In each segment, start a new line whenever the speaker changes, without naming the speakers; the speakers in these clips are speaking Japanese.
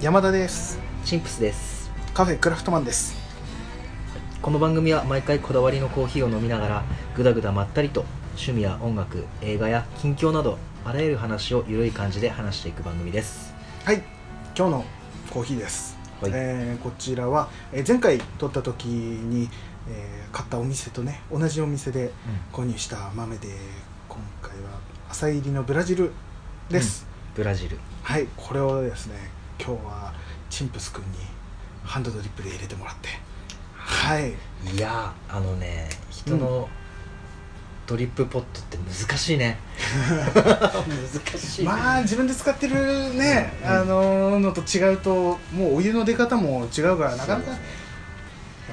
山田です
チンプスです
カフェクラフトマンです
この番組は毎回こだわりのコーヒーを飲みながらぐだぐだまったりと趣味や音楽映画や近況などあらゆる話をゆるい感じで話していく番組です
はい今日のコーヒーです、
はい
えーこちらは、えー前回撮った時に、えー買ったお店とね同じお店で購入した豆で今回は朝入りのブラジルです、
ブラジル
はいこれをですね今日はチンプス君にハンドドリップで入れてもらってはい
いやーあのね人のドリップポットって難しいね 難しいね、
まあ自分で使ってるね、
うん
あののと違うともうお湯の出方も違うからなかなか
そう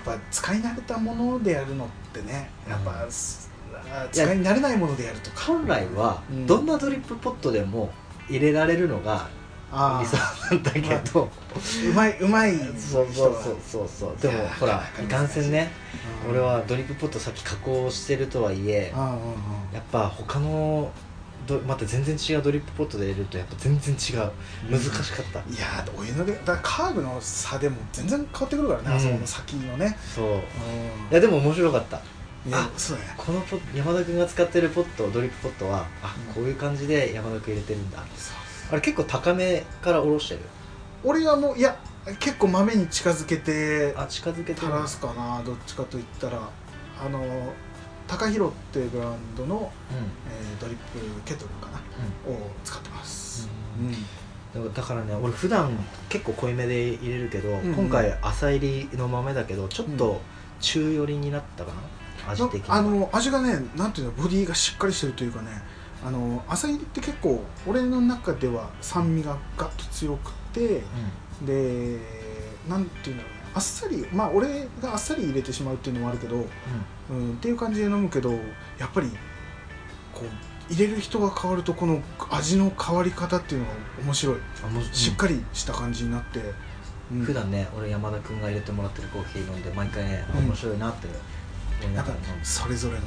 やっぱ使い慣れたものでやるのってねやっぱ、
うん
すあ使い慣れないものでやるとか
本来は
うん
どんなドリップポットでも入れられるのが
あ
理想
あ
なんだけど、
うまいうまい
そうそうそう
人
そうそうで
い
も
やー
ほらいかんせんね
うん
俺はドリップポットさっき加工してるとはいえ
うんうん
やっぱ他のどまた全然違うドリップポットで入れるとやっぱ全然違う難しかった、
うんいやーお湯の出だからカーブの差でも全然変わってくるからね、
うん
あそこの先のね、
そう
うん
いやでも面白かった
ね
あ
そうだね
このポ山田君が使ってるポットドリップポットはあ
うん
こういう感じで山田君入れてるんだ
そう
あれ結構高めから下ろしてる
俺はもういや結構豆に近づけて
あ近づけて
垂
る
らすかなどっちかといったらあのタカヒロってブランドの、えードリップケトルかなを使ってます、
うん
うん
うん、だからね俺普段結構濃いめで入れるけど、
んうん
今回浅入りの豆だけどちょっと中寄りになったかな味的に
なあの味がねなんていうのボディがしっかりしてるというかねあの朝入りって結構俺の中では酸味がガッと強くてでなんていうんだろうねあっさりまあ俺があっさり入れてしまうっていうのもあるけど、うん、っていう感じで飲むけどやっぱりこう入れる人が変わるとこの味の変わり方っていうのが面白い、
うん、あもう
しっかりした感じになって、うん
普段ね俺山田君が入れてもらってるコーヒー飲んで毎回ねあ
うん
面白いなって思い
な
なんが
から
飲む、
それぞれのね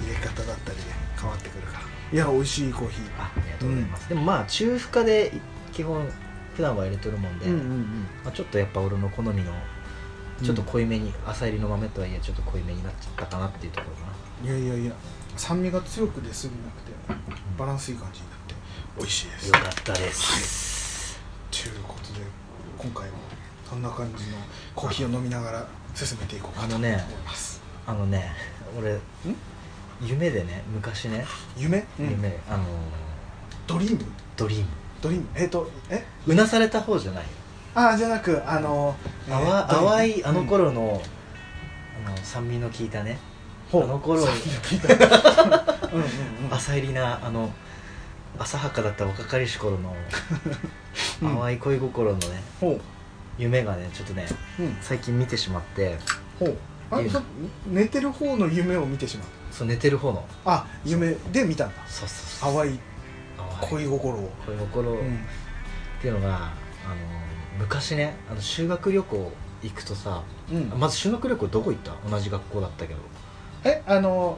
入れ方だったりで変わってくるからいや美味しいコーヒー
あありがとうございます、でもまあ中深で基本普段は入れてるもんで、
ん
まあ、ちょっとやっぱ俺の好みのちょっと
うん
濃いめに、浅入りの豆とはいえちょっと濃いめになっちゃったかなっていうところ
い
か
やいやいや酸味が強く出すぎなくて
な、
バランスいい感じになって美味しいです
よかったです、
ということで今回もそんな感じのコーヒーを飲みながら進めていこうか
あ
と思
の
い
ね
ます、
あのね俺夢でね昔ね、
夢、うん
夢あのー
ドリーム
ドリーム
ドリームえっ、とえ
うなされた方じゃないよ
ああじゃなくあの、えード
淡
リーム
淡いあの
うん
頃の,、あの酸味の効いたねあ
ほう
の頃
さっき聞いた うんうんうん
浅入りなあの浅はかだった若かりし頃の
うん
淡い恋心のね
ほう
夢がねちょっとね
うん
最近見てしまって
ほうあ
いい
ちょっと寝てる方の夢を見てしまう
そう寝てる方の
あ夢で見たんだ
そうそうそう
淡い
恋
恋心を、
恋心っ
うん
ていうのが、あの昔ねあの修学旅行行くとさ
うん
まず修学旅行どこ行った同じ学校だったけど
えあの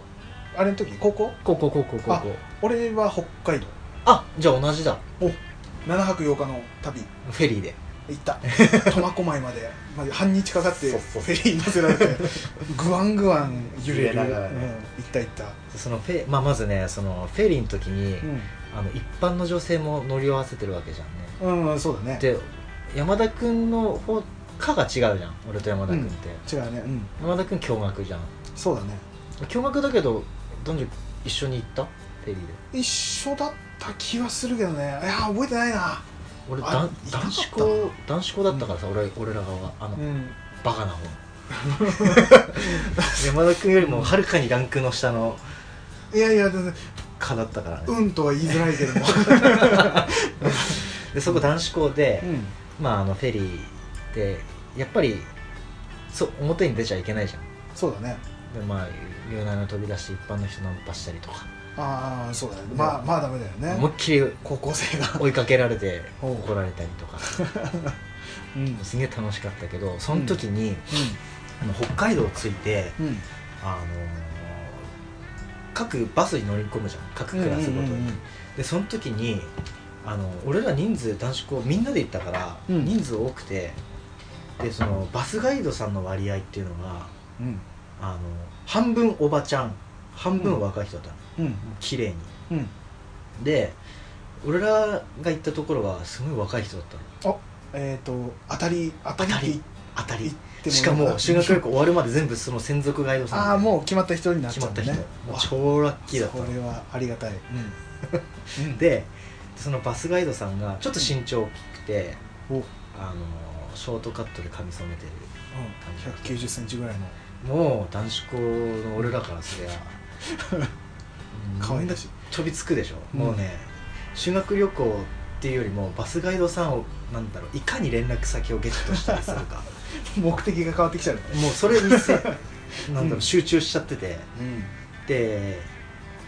あれの時高校
高校高校高
あ
校
俺は北海道
あじゃあ同じだ
7泊8日の旅
フェリーで
行った 苫小牧まで、まあ、半日かかってフ
そうそう
ェリーに乗せられ てグワングワン揺れ
揺れ
る
ながらね
うん、行った行った
そのフェ、まあ、まずねそのフェリーの時に、あの一般の女性も乗り合わせてるわけじゃんね
うん、うん、そうだね
で山田君の方かが違うじゃん俺と山田君って、
違うねうん
山田君驚愕じゃん
そうだね
驚愕だけど男女一緒に行ったフェリーで
一緒だった気はするけどねいや覚えてないな
俺
あ
だ
いなか
ん
った
男子校男子校だったからさ、俺俺ら側があの、
ん
バカ な方山田君よりもはるかにランクの下の
いやいや全然
課だったからね、
うんとは言いづらいけども
でそこ男子校で、
ん
まああのフェリーでやっぱりそう表に出ちゃいけないじゃん
そうだね
でまあ有難の飛び出して一般の人ナンパしたりとか、
ああそうだねまあまあダメだよね
思いっきり
高校生が
追いかけられて
ほう
怒られたりとか
うんうん
すげえ楽しかったけどその時に、あの北海道を着いて
うん
あのー各バスに乗り込むじゃん各クラスご
う
とに、
んうんうんうん
でその時にああの俺ら人数短縮をみんなで行ったから、
うん
人数多くてでそのバスガイドさんの割合っていうのが
うん
あの半分おばちゃん半分若い人だったの、
うん
綺麗に
うん
で俺らが行ったところはすごい若い人だったの
えっ、と当たり当たりって言っ
当た
言っ
り
て
しか
いいの
も修学旅行終わるまで全部その専属ガイドさん
ああもう決まった人になっ
決
ちゃ
ま
う
っ
ん
た
だ
人、
ね
もう超ラッキーだった
こ
の
れはありがたい、うん うん、
でそのバスガイドさんがちょっと身長大きくて、
お
あのショートカットで髪染めてる
うん、1 9 0ンチぐらいの
もう男子校の俺らからすりゃう ん
可愛らしい
飛びつくでしょ、
うん
もうね修学旅行っていうよりもバスガイドさんをなんだろういかに連絡先をゲットしたりする か
目的が変わってきちゃう、
もうそれにせなんだろ
う
うん集中しちゃってて、
うん
で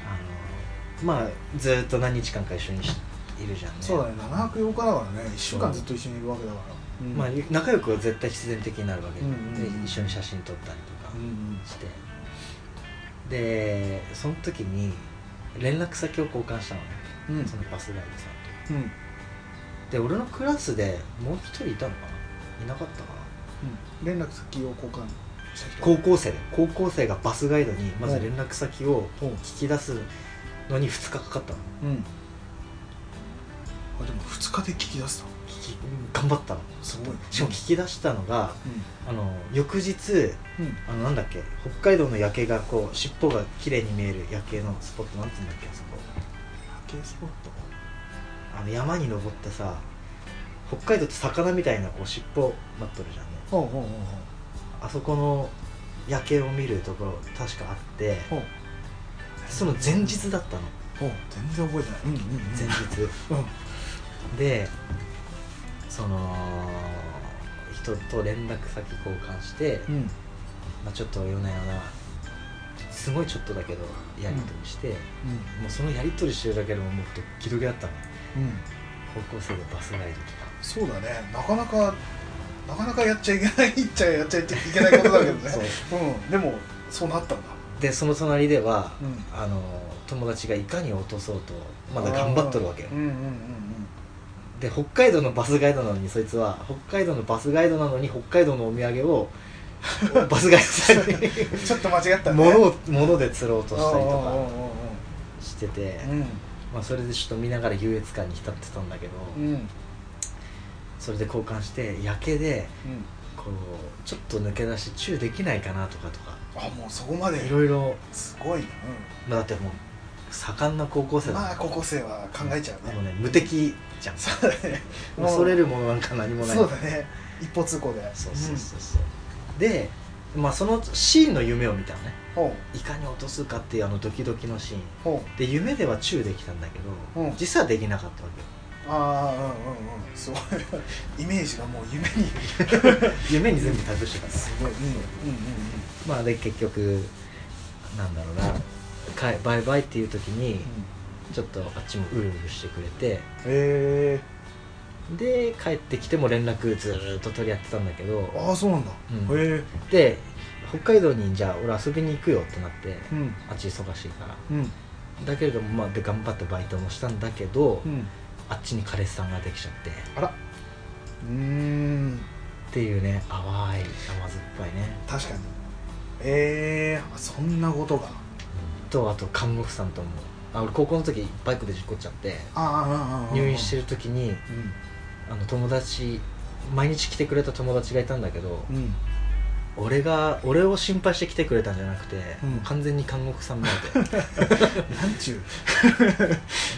あのまあずーっと何日間か一緒にしいるじゃんね
そうだね7泊8日だからね1週間ずっと一緒にいるわけだから、うん
まあ、仲良くは絶対必然的になるわけで,、
うんうんうん
一緒に写真撮ったりとか
うんうん
して、でその時に連絡先を交換したのね、
うん
そのバスガイ
う
ドさんと
んうん
で俺のクラスでもう一人いたのかないなかったかな
連絡先を交換した人
高校生で高校生がバスガイドにまず連絡先を
おう
聞き出すのに2日かかったの
うんあでも2日で聞き出した
聞き頑張ったの
すごい
しかも聞き出したのが
う
あの翌日
んうん
あのなんだっけ北海道の夜景がこう尻尾が綺麗に見える夜景のスポットなんつうんだっけあそこ
夜景スポット
あの山に登ってさ北海道って魚みたいなこう尻尾なっとるじゃんね
ほうほうほ
あそこの夜景を見るところ確かあって
うほうほう
その前日だったの
ほう全然覚えてないうんうんうん
前日
うん
でその人と連絡先交換して、
うん
まあ、ちょっと夜な夜なすごいちょっとだけどやり取りして、もうそのやり取りしてるだけでももうドッキドキだったの
うんうん
高校生でバスガイドとか
そうだねなかなかなかなかやっちゃいけないっちゃやっちゃいけないことだけどね
そう
うんでもそうなったんだ
でその隣では、
うん
あの友達がいかに落とそうとまだ頑張っとるわけよ
うんうんうん
で北海道のバスガイドなのにそいつは北海道のバスガイドなのに北海道のお土産をバスガイドさん
う
に
んちょっと間違ったね
物
を
を物で釣ろうとしたりとかしてて、
う
まあ、それでちょっと見ながら優越感に浸ってたんだけど、
んうんうん
それで交換して夜景でこうちょっと抜け出してチューできないかなとかとか
あもうそこまで
いろいろ、
すごいな
まあ、だってもう盛んな高校
う
生
ん
だ
まあ高校生は考えちゃう
あの
ね
ね無敵じゃん
そうだね
恐れるものなんか何もない
そうだね一歩通行で
そうそうそうそうで、まあ、そのシーンの夢を見たのね
うんほ
いかに落とすかっていうあのドキドキのシーン
うほ
で夢ではチューできたんだけど、
うん
実はできなかったわけよ
うああうんうんうんすごいイメージがもう夢に
夢に全部託してたから
すごいうんうん
まあで結局なんだろうなかバイバイっていう時に
うんうん
ちょっとあっちもうるうるしてくれて
へえ
で帰ってきても連絡ずーっと取り合ってたんだけど
ああそうなんだ
うん
へえ
で北海道にじゃあ俺遊びに行くよってなって
うん
あっち忙しいから
うん
だけれどもまあで頑張ってバイトもしたんだけど、
うん
あっちに彼氏さんができちゃってっ
あらうーん
ていうね淡い甘酸っぱいね、
確かにええそんなことが
とあと看護婦さんともあ俺高校の時バイクで事故っちゃって
ああああああ
入院してる時にあの友達毎日来てくれた友達がいたんだけど、
うんうん
俺が俺を心配して来てくれたんじゃなくて、
うん
もう完全に看護婦さんまで
なんちゅ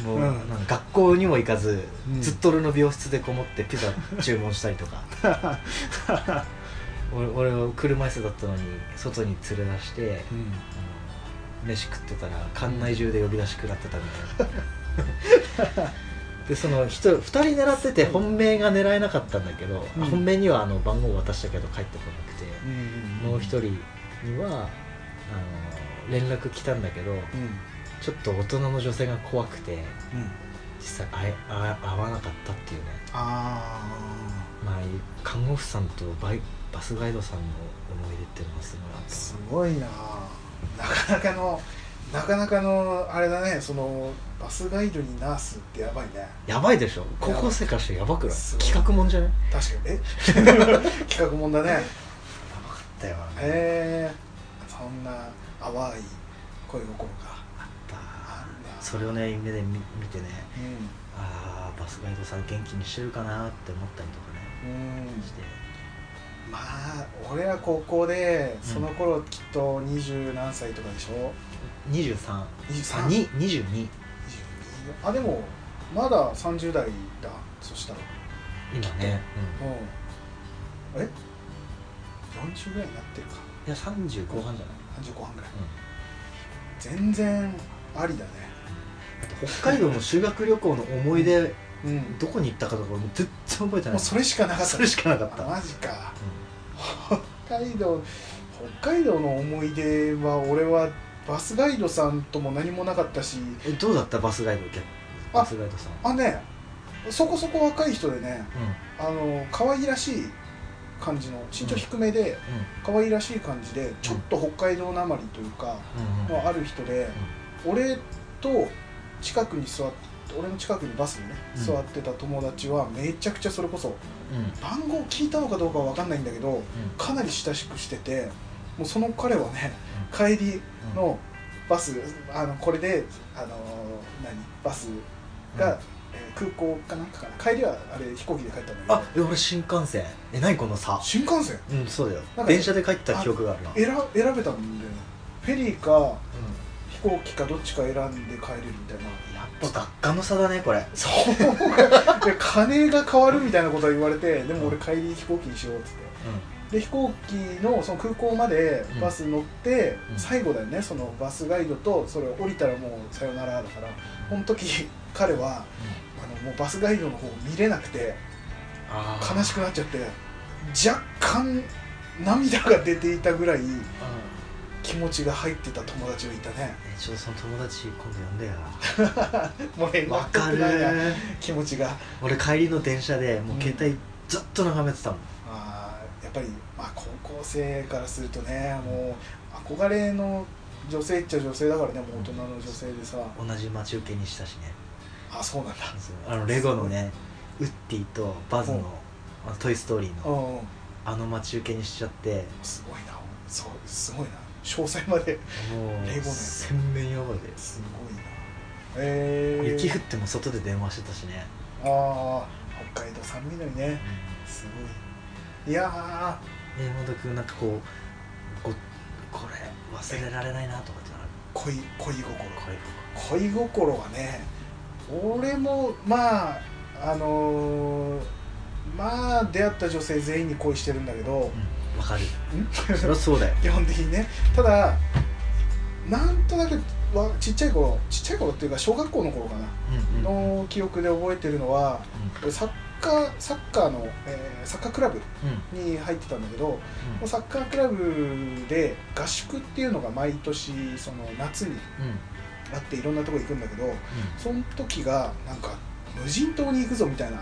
う
もう、
うん
なんか学校にも行かず、
うん
ずっと俺の病室でこもってピザ注文したりとか 俺俺を車椅子だったのに外に連れ出して、
うん
あの飯食ってたら館内中で呼び出し食らってたみたいな でその人2人狙ってて本命が狙えなかったんだけど、
うん
本命にはあの番号渡したけど帰ってこなくて、
うん
もう一人にはあの連絡来たんだけど
うん
ちょっと大人の女性が怖くて
うん
実際会えあ会わなかったっていうね、
あ
まあ、看護婦さんとバイバスガイドさんの思い出っていうのはすごいあっ
あ
た
すごいななかなかのなかなかのあれだねそのバスガイドにナースってやばいね
やばいでしょ高校生からしてやばくない
すごい
企画もんじゃないや
確かにえ 企画もんだね
ばかったよあ
へ
れ
えそんな淡い恋心が
あった
あるな
それをね夢で見見てね
うん
ああバスガイドさん元気にしてるかなって思ったりとかね
うん
して
まあ俺ら高校で
ん
その頃きっと二十何歳とかでしょ
23
23 22
22
あでもまだ30代だそしたら
今ね、うん、い
うんえ40ぐらいになってるか
や30後半じゃない、
30後半ぐらい
う
全
ん
然ありだね
北海道の修学旅行の思い出
うん
どこに行ったかとかもう全然覚えてな
も
いう
それしかなかった
それしかなかった、
あマジか
う
北海道北海道の思い出は俺はバスガイドさんとも何もなかったし
んえどうだったバスガイド逆
あ
バスガイドさん
あねそこそこ若い人でね
うんうん
あの可愛らしい感じの身長低めで可愛らしい感じでちょっと北海道なまりというか
うんうん
のある人で俺と近くに座って俺の近くにバスにね
うん
座ってた友達はめちゃくちゃそれこそ
うん
番号聞いたのかどうかは分かんないんだけどかなり親しくしててもうその彼はね帰り
うん
のバスあのこれであのー何バスが、えー空港かなんかかな帰りはあれ飛行機で帰ったんだ
あ
け
え俺新幹線え何この差
ど新幹線
うんそうだよ
なんか
電車で帰った記憶があるな
選選べたんだよねフェリーか
うん
飛行機かどっちか選んで帰れるみたいな
やっぱ学科の差だねこれ
そう で金が変わるみたいなことは言われてでも俺帰り飛行機にしようっつってで飛行機のその空港までバス乗って、
うん
最後だよねそのバスガイドとそれを降りたらもうさよならだからこの時 彼はあのもうバスガイドの方を見れなくて
あー
悲しくなっちゃって若干涙が出ていたぐらい
うん
気持ちが入ってた友達がいたね
えちょっとその友達今度呼んでよ
もう連
わ
絡
か
取っ
る
てないな気持ちが
俺帰りの電車でもう携帯ずっと眺めてたもん
まあやっぱり、まあ、高校生からするとねもう憧れの女性っちゃ女性だからねもう大人の女性でさ
同じ待ち受けにしたしね
あそうなんだ
あのレゴのねウッディとバズの「あのトイ・ストーリーの」
うんうん
あの待ち受けにしちゃって
すごいなそうすごいな詳細まで
も
レゴ
う
ね
鮮明に覚えて
すごいなえ
る
ー、
雪降っても外で電話してたしね、
ああ北海道寒いのにねすごいいや
うん、山本君なんかこうごこれ忘れられないなとかってなる
ー恋恋心
これ
恋心はね俺もまああのーまあ出会った女性全員に恋してるんだけど、
うんわかる
ん
そりゃそうだよ
基本的にねただなんとなくわちっちゃい頃ちっちゃい頃っていうか小学校の頃かな
うんうんうん
の記憶で覚えてるのは俺サッカーサッカーの、えーサッカークラブに入ってたんだけど
うん
サッカークラブで合宿っていうのが毎年その夏に
うんうん
あっていろんなとこ行くんだけどその時がなんか無人島に行くぞみたいな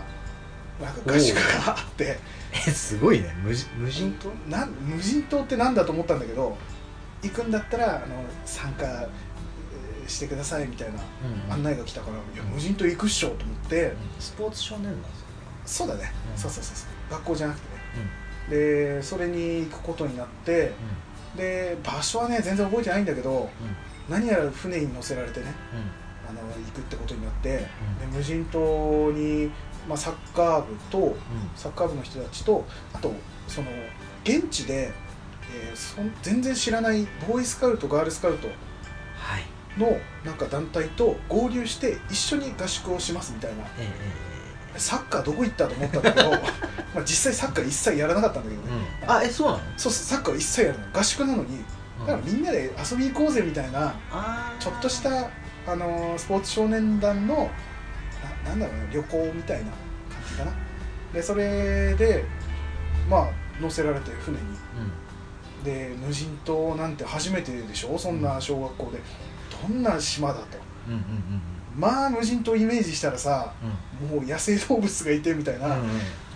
なんか合宿があって
えすごいね無人無人
島なん無人島ってなんだと思ったんだけど行くんだったらあの参加えーしてくださいみたいな
うん
案内が来たからいや無人島行くっしょと思って
スポーツ少年なんですよ
そうだね、
うん
そうそうそうそう学校じゃなくてねでそれに行くことになって
うん
で場所はね全然覚えてないんだけど
うん
何やら船に乗せられてね
うん
あの行くってことになってで
う
無人島に、まあ、サッカー部と
うん
サッカー部の人たちとあとその現地で、えーそん全然知らないボーイスカウトガールスカウト
はい
のなんか団体と合流して一緒に合宿をしますみたいな
ええ
サッカーどこ行ったと思ったんだけど まあ実際サッカー一切やらなかったんだけどね、
うん、あえそうなの、
そうサッカーは一切やらない合宿なのにだからみんなで遊び行こうぜみたいな
あー
ちょっとした、あのースポーツ少年団のななんだろうね旅行みたいな感じかなでそれでまあ乗せられて船に
う
で無人島なんて初めてでしょそんな小学校でどんな島だと
んうんうん
まあ無人島イメージしたらさ
うん
もう野生動物がいてみたいな、
うんうん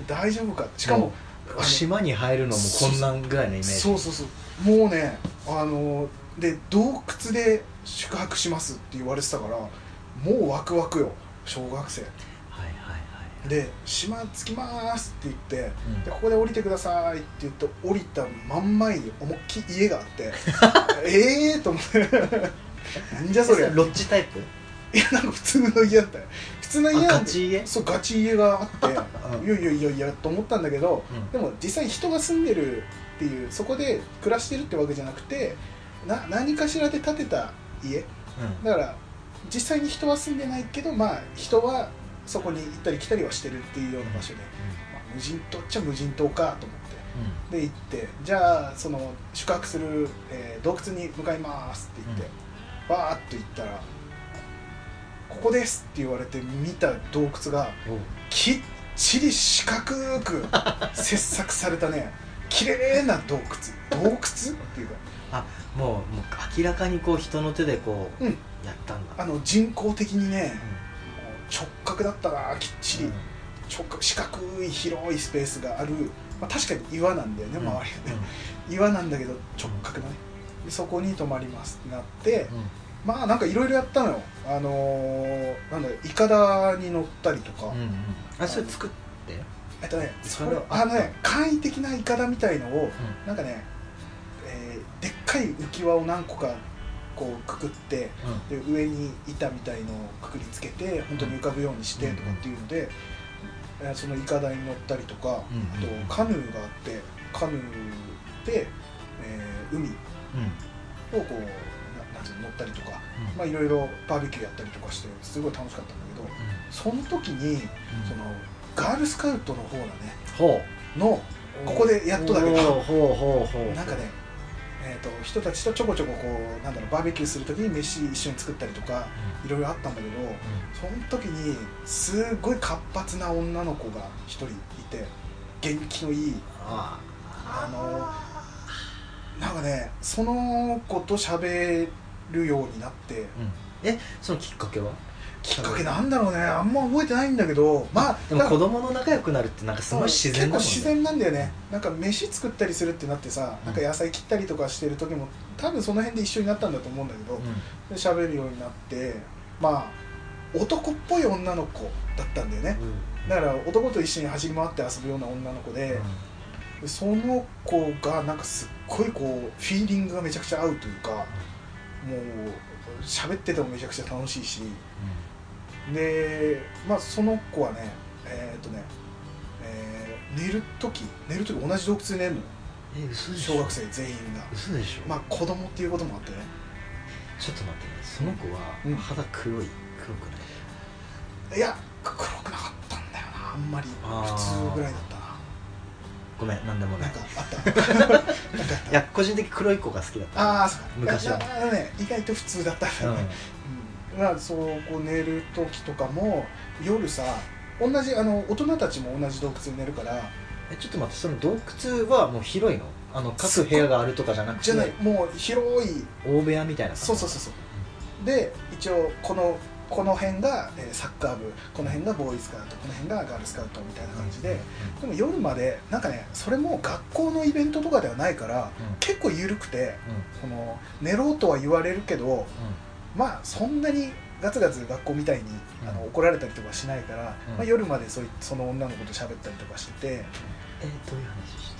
大丈夫かしかも、あの
島に入るのも困難ぐらいのイメージ
そうそうそうもうねあので洞窟で宿泊しますって言われてたからもうワクワクよ小学生
はいはい
で「島着きます」って言って
うん
で「ここで降りてください」って言って降りた真ん前に思いっきり家があって ええと思ってなんじゃそりゃ
えロッジタイプ
いやなんか普通の家だったよ普通の家
あガチ家
そうガチ家があって
うん
いやいやいやいやと思ったんだけど
うん
でも実際人が住んでるっていうそこで暮らしてるってわけじゃなくてな何かしらで建てた家だから実際に人は住んでないけどまあ人はそこに行ったり来たりはしてるっていうような場所で、まあ無人島っちゃ無人島かと思ってで行ってじゃあその宿泊する、えー洞窟に向かいますって言って、バーッと行ったら「ここです」って言われて見た洞窟が
うんうん
きっちり四角く切削されたね綺麗な洞窟洞窟っていうか
もうもう明らかにこう人の手でこう、
うん
やったんだ
あの人工的にね
う、ん
直角だったなきっちり、
うん
直角四角い広いスペースがある、まあ、確かに岩なんだよね、
う
周り
ん
がね岩なんだけど直角だねでそこに泊まりますってなって、
うん
まあなんかいろいろやったのよあのー、なんだろうイカダに乗ったりとか、
うんうんあそれ作って
えっとね
そ
そ
れ
れ
はあった
あのね簡易的なイカダみたいのを、なんかね、えーでっかい浮き輪を何個かこうくくってで上に板みたいのをくくりつけて本当に浮かぶようにしてとかっていうので、えーそのイカダに乗ったりとか、
うんうん
あとカヌーがあってカヌーで、えー海を
うんうん
こうななんていうの乗ったりとか
うん
まあいろいろバーベキューやったりとかしてすごい楽しかったんだけどその時に
うん
そのガールスカウトの方だね
ほ
の
う
ここでやっとだけど
ほうほうほうほう
なんかねえー、と人たちとちょこちょここうなんだろうバーベキューする時に飯一緒に作ったりとかいろいろあったんだけどその時にすっごい活発な女の子が一人いて元気のいい
あ
あのなんかねその子と喋るようになって
うんえそのきっかけは
きっかけなんだろうねあんま覚えてないんだけどまあ
でも子供の仲良くなるってなんかすごい自然だもんね
結構自然なんだよねなんか飯作ったりするってなってさ、なんか野菜切ったりとかしてる時も多分その辺で一緒になったんだと思うんだけど
うん
で喋るようになってまあ男っぽい女の子だったんだよねだから男と一緒に走り回って遊ぶような女の子で、でその子がなんかすっごいこうフィーリングがめちゃくちゃ合うというかもう喋っててもめちゃくちゃ楽しいしでまあその子はねえーっとね、えー寝る時寝る時同じ洞窟で寝るのよ
うんえ嘘でしょ
小学生全員が
嘘でしょ
まあ子供っていうこともあってね
ちょっと待ってねその子
うん
は肌黒い黒くない
いや黒くなかったんだよなあんまり
あー
普通ぐらいだったな
ごめんなんでもな
なん
い
かあった なんかあっ
い
た
や個人的に黒い子が好きだった
ああそうか
昔はい
やまあね意外と普通だったんだ
う
よ
ん
ねうんまあそうこう寝る時とかも夜さ同じあの大人たちも同じ洞窟に寝るから
えちょっと待ってその洞窟はもう広いのあの各部屋があるとかじゃなくて
じゃないもう広い
大部屋みたいな感じ
そうそうそうそうで一応このこの辺が、えーサッカー部この辺がボーイスカウトこの辺がガールスカウトみたいな感じで、でも夜までなんかねそれも学校のイベントとかではないから、
うん
結構緩くて
うんうん
この寝ろうとは言われるけどまあそんなにガツガツ学校みたいにあの
うん
怒られたりとかしないから、
うん
まあ、夜までそいその女の子と喋ったりとかしてて
えどういう話して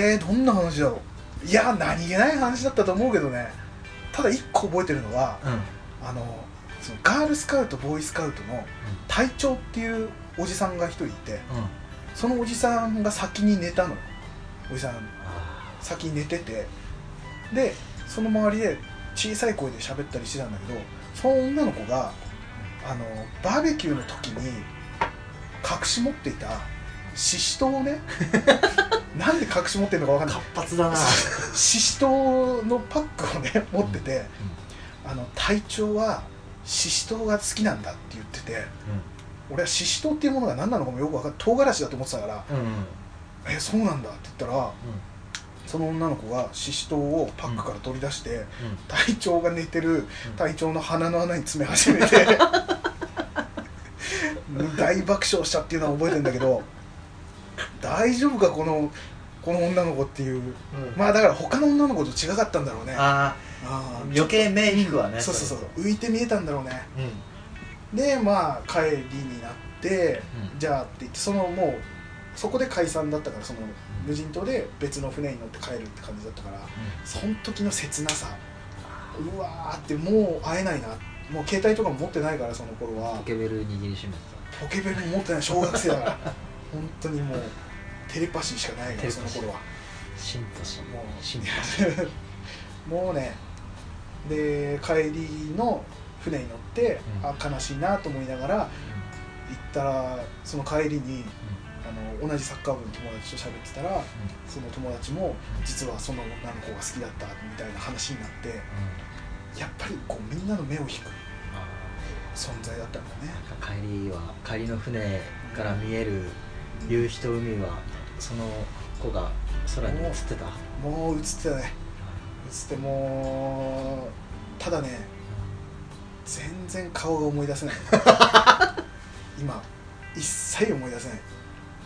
えー、どんな話だろういや何気ない話だったと思うけどねただ一個覚えてるのは
たうん
あのそのガールスカウトボーイスカウトの隊長っていうおじさんが一人いて
うんうん
そのおじさんが先に寝たのよおじさん
あ
先に寝ててでその周りで小さい声で喋ったりしてたんだけどその女の子があのバーベキューの時に隠し持っていたししとうをねなんで隠し持ってるのかわかん
ー
ない
活発だな
ししとうのパックをね持ってて、あの隊長はししとうが好きなんだって言ってて俺はししとうっていうものが何なのかもよく分かんない唐辛子だと思ってたから
うんうんうん
「えそうなんだ」って言ったらその女の子がししとうをパックから取り出して、
うん
隊長が寝てる
うん
隊長の鼻の穴に詰め始めて大爆笑したっていうのは覚えてんだけど大丈夫かこのこの女の子っていう
うん
まあだから他の女の子と違かったんだろうねあ
あ
あ
あ
ー
余計目引くわね
そうそうそうう浮いて見えたんだろうね
うんうん
でまあ帰りになってじゃあって言ってそのもうそこで解散だったからその無人島で別の船に乗って帰るって感じだったからその時の切なさうわーってもう会えないなもう携帯とかも持ってないからその頃は
ポケベル握りしめて
ポケベルも持ってない小学生だから 本当にもうテレパシーしかないからその頃は
た進歩し
もう
進歩し
もうねで帰りの船に乗って、
うん
あ悲しいなと思いながら行ったらその帰りにあの同じサッカー部の友達と喋ってたら、その友達も実はその女の子が好きだったみたいな話になってやっぱりこうみんなの目を引く存在だったんだね
帰りは帰りの船から見える夕日と海はその子が空に映ってた
もう映ってたね映ってもうただね全然顔が思い出 せない今一切思い出せ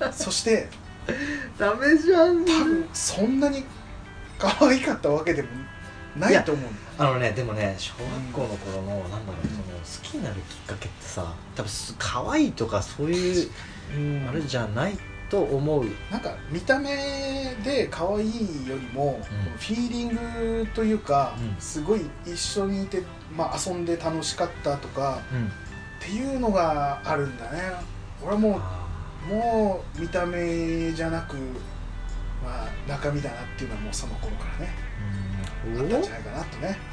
ないそして
ダメじゃん
多分そんなに可愛かったわけでもないと思う
あのねでもね小学校の頃のなんだろうその好きになるきっかけってさ多分す可愛いとかそういう
うん
あれじゃないと思う
なんか見た目で可愛いよりも、このフィーリングというか、
うん
すごい一緒にいて、まあ、遊んで楽しかったとか
うん
っていうのがあるんだね俺はもうもう見た目じゃなく、まあ、中身だなっていうのはもうその頃からねあったんじゃないかなとね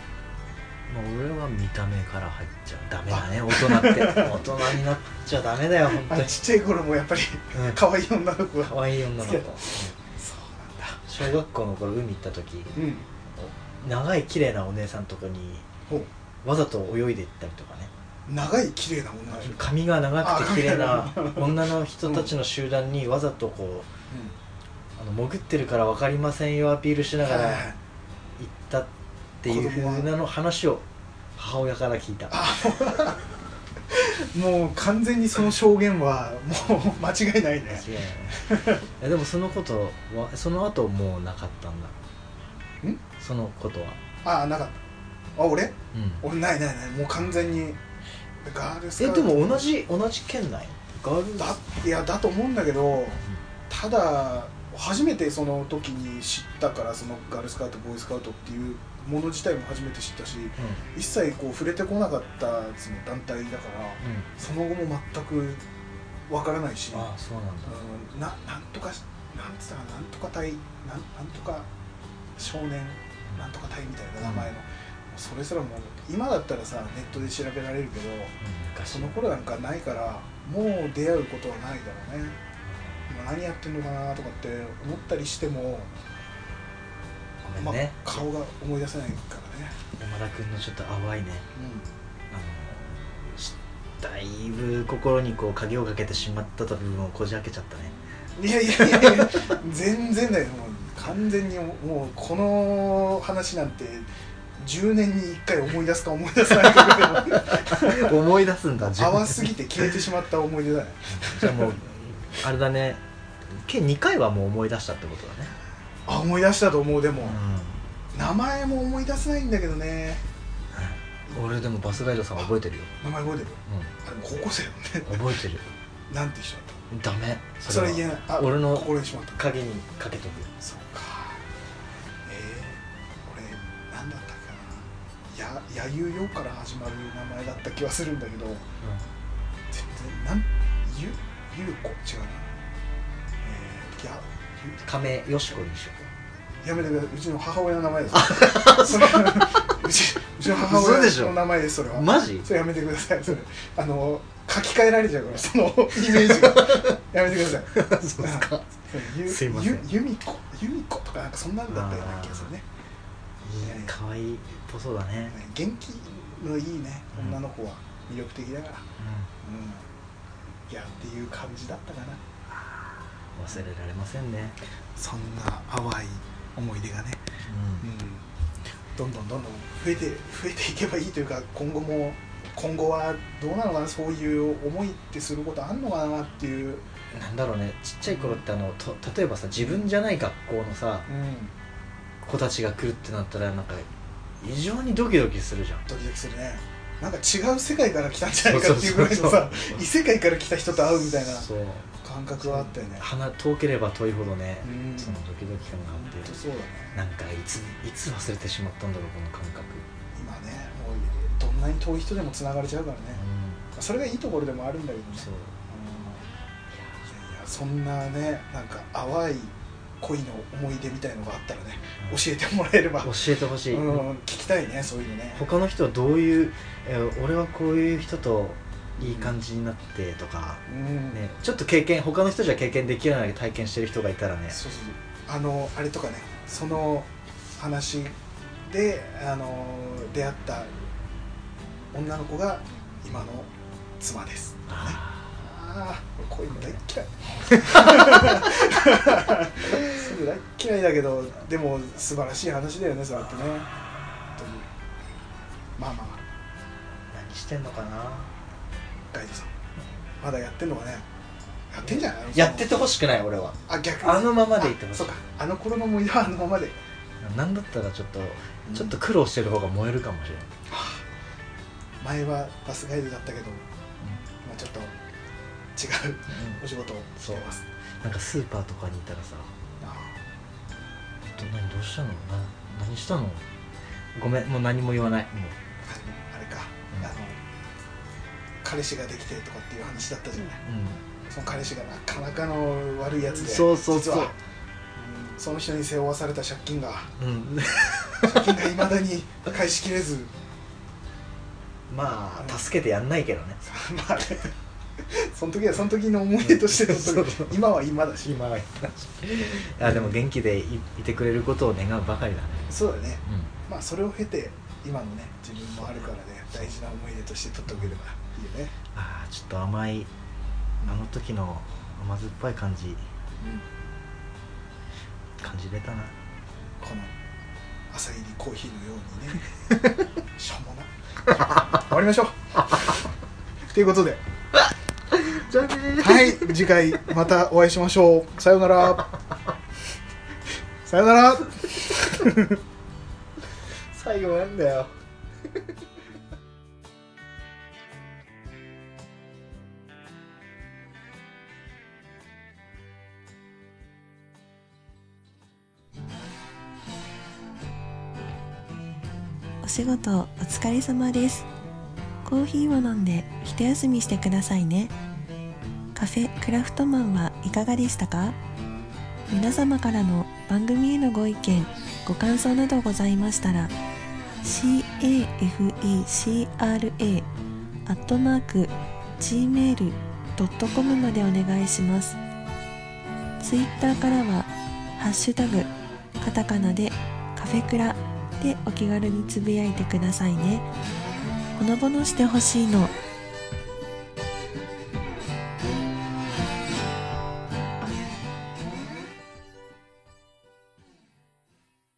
まあ、俺は見た目から入っちゃうダメだね大人って 大人になっちゃダメだよ本当
あ
に
のちっちゃい頃もやっぱり可愛い女の子が
可愛い女の子
そうそうな
うん
んだ
小学校の頃海行った時
うん
長い綺麗なお姉さんとかに
ほ
わざと泳いで行ったりとかね
う長い綺麗な女の子、
髪が長くて綺麗な
あ
女の人たちの集団にわざとこうあの潜ってるから分かりませんよアピールし
うん
ながら
はい
行ったっていうふ
子供は
うなの話を母親から聞いた
あもう完全にその証言はもう間違いないね
間違いないいやでもそのことはその後もうなかったんだ
ん
そのことは
ああなかったあ俺
うん
俺ないないないもう完全にガールス
え
カウ
で
ト
も同じ同じ県内ガール
だいやだと思うんだけどただ初めてその時に知ったからそのガールスカウトボーイスカウトっていうもの自体も初めて知ったし
う
一切こう触れてこなかったその団体だから
んうん
その後も全くわからないし
ああそうなんだ
うんななんとかなんつったかななんとか隊なんなんとか少年なんとか隊みたいな名前の、もうそれすらもう今だったらさネットで調べられるけど
うん昔
その頃なんかないからもう出会うことはないだろうね今何やってんのかなとかって思ったりしても、
ごめ
ま
ん
あ
ね、
顔が思い出せないからね、
山田君のちょっと淡いねあのしだいぶ心にこう鍵をかけてしまってた部分をこじ開けちゃったね
うん、いやいやいやい や全然だよもう完全にもうもうこの話なんて10年に1回思い出すか思い出さないかぐらいの
思い出すんだ
淡すぎて消えてしまった思い出だね
じゃあもうあれだね計2回はもう思い出したってことだね
あ思い出したと思うでも、
う
名前も思い出せないんだけどね
ん俺でもバスガイドさん覚えてるよ、
名前覚えてる
う
あでも高校生だもんね
ん、覚えてる
なんて人だっ
ダメ
たそれ言えないあ
俺の
心にしまった
影にかけとく
そうかえー、俺なんだったかなややゆよから始まる名前だった気はするんだけど全然なんゆゆうこ違うなえー、や
亀よしこにしよ
やめてくださいうちの母親の名前です それうちうちの母
嘘でし
親
ょ
の名前ですそれは
うマジ
それやめてくださいそれあの書き換えられちゃうからそのイメー ジがやめてください
そうっすか
ゆ
すいません
ゆゆみこゆみことかなんかそんなんだったような気がするね
いい可愛いっぽそうだね、
元気のいいね
うん
女の子は魅力的だから
う、
うんいやっていう感じだったかなん
忘れられませんね、
そんな淡い思い出がね
うん
どんどんどんどん増えて増えていけばいいというか今後も今後はどうなのかなそういう思いってすることあんのかなっていう
なんだろうねちっちゃい頃ってあのと例えばさ自分じゃない学校のさ
うん
子たちが来るってなったらなんか異常にドキドキするじゃん
ドキドキするねなんか違う世界から来たんじゃないかっていうぐらいのさ
そうそうそう
異世界から来た人と会うみたいな
そう
感覚はあったよね
鼻遠ければ遠いほどね、
うん
そのドキドキ感があ
本
って
当そうだね
なんかいついつ忘れてしまったんだろうこの感覚、
今ねもうどんなに遠い人でもつながれちゃうからねそれがいいところでもあるんだけど
うん、
ね
そう
うんいやいやそんなねなんか淡い恋の思い出みたいのがあったらね教えてもらえれば、
教えてほしい、
うん、聞きたいねそういうのね
他の人はどういう、えー俺はこういう人といい感じになってとか、
うん、
ね、ちょっと経験他の人じゃ経験できない体験してる人がいたらね
そうそうそうあのあれとかねその話であの出会った女の子が今の妻です
あ
ああ俺こういうの大っ嫌いすぐ大っ嫌いだけどでも素晴らしい話だよねそうやってね本当にまあまあ
ー何してんのかな
ガイドさんまだやってんのかねやってんじゃない
やっててほしくない俺は
あ逆に
あのままでいってほ
あ
し
そ
いう
かあの頃の思い出はあのままで
なんだったらちょっとちょっと苦労してる方が燃えるかもしれない、
前はバスガイドだったけど、まあ、ちょっと違うお仕事をしてます
なんかスーパーとかにいたらさ
あ
「ちょっと何どうしたのな何したのごめんもう何も言わないもう
ああれか、
うん
あの彼氏ができてとかっていう話だったじゃない、
う
その彼氏がなかなかの悪いやつで
そうそうそう
実はうんその人に背負わされた借金が
ん、 うん、
借金がいまだに返しきれず
まあ助けてやんないけどね
まあねその時はその時の思い出としての
そうそう
今は今だし
今はあでも元気でいいてくれることを願うばかりだね
そうだね
うん
まあそれを経て今のね自分もあるからね大事な思い出として取っておければいいよね
ああちょっと甘いあの時の甘酸っぱい感じ
うん
感じれ たな
この朝入りコーヒーのようにねしょうもな終わりましょうということで
じゃあね
はい次回またお会いしましょうさようならさようなら
最後なんだよ
お仕事お疲れ様ですコーヒーを飲んで一休みしてくださいねカフェクラフトマンはいかがでしたか皆様からの番組へのご意見ご感想などございましたら cafecra アットマーク gmail.com までお願いしますツイッターからはハッシュタグカタカナでカフェクラでお気軽につぶやいてくださいねほのぼのしてほしいの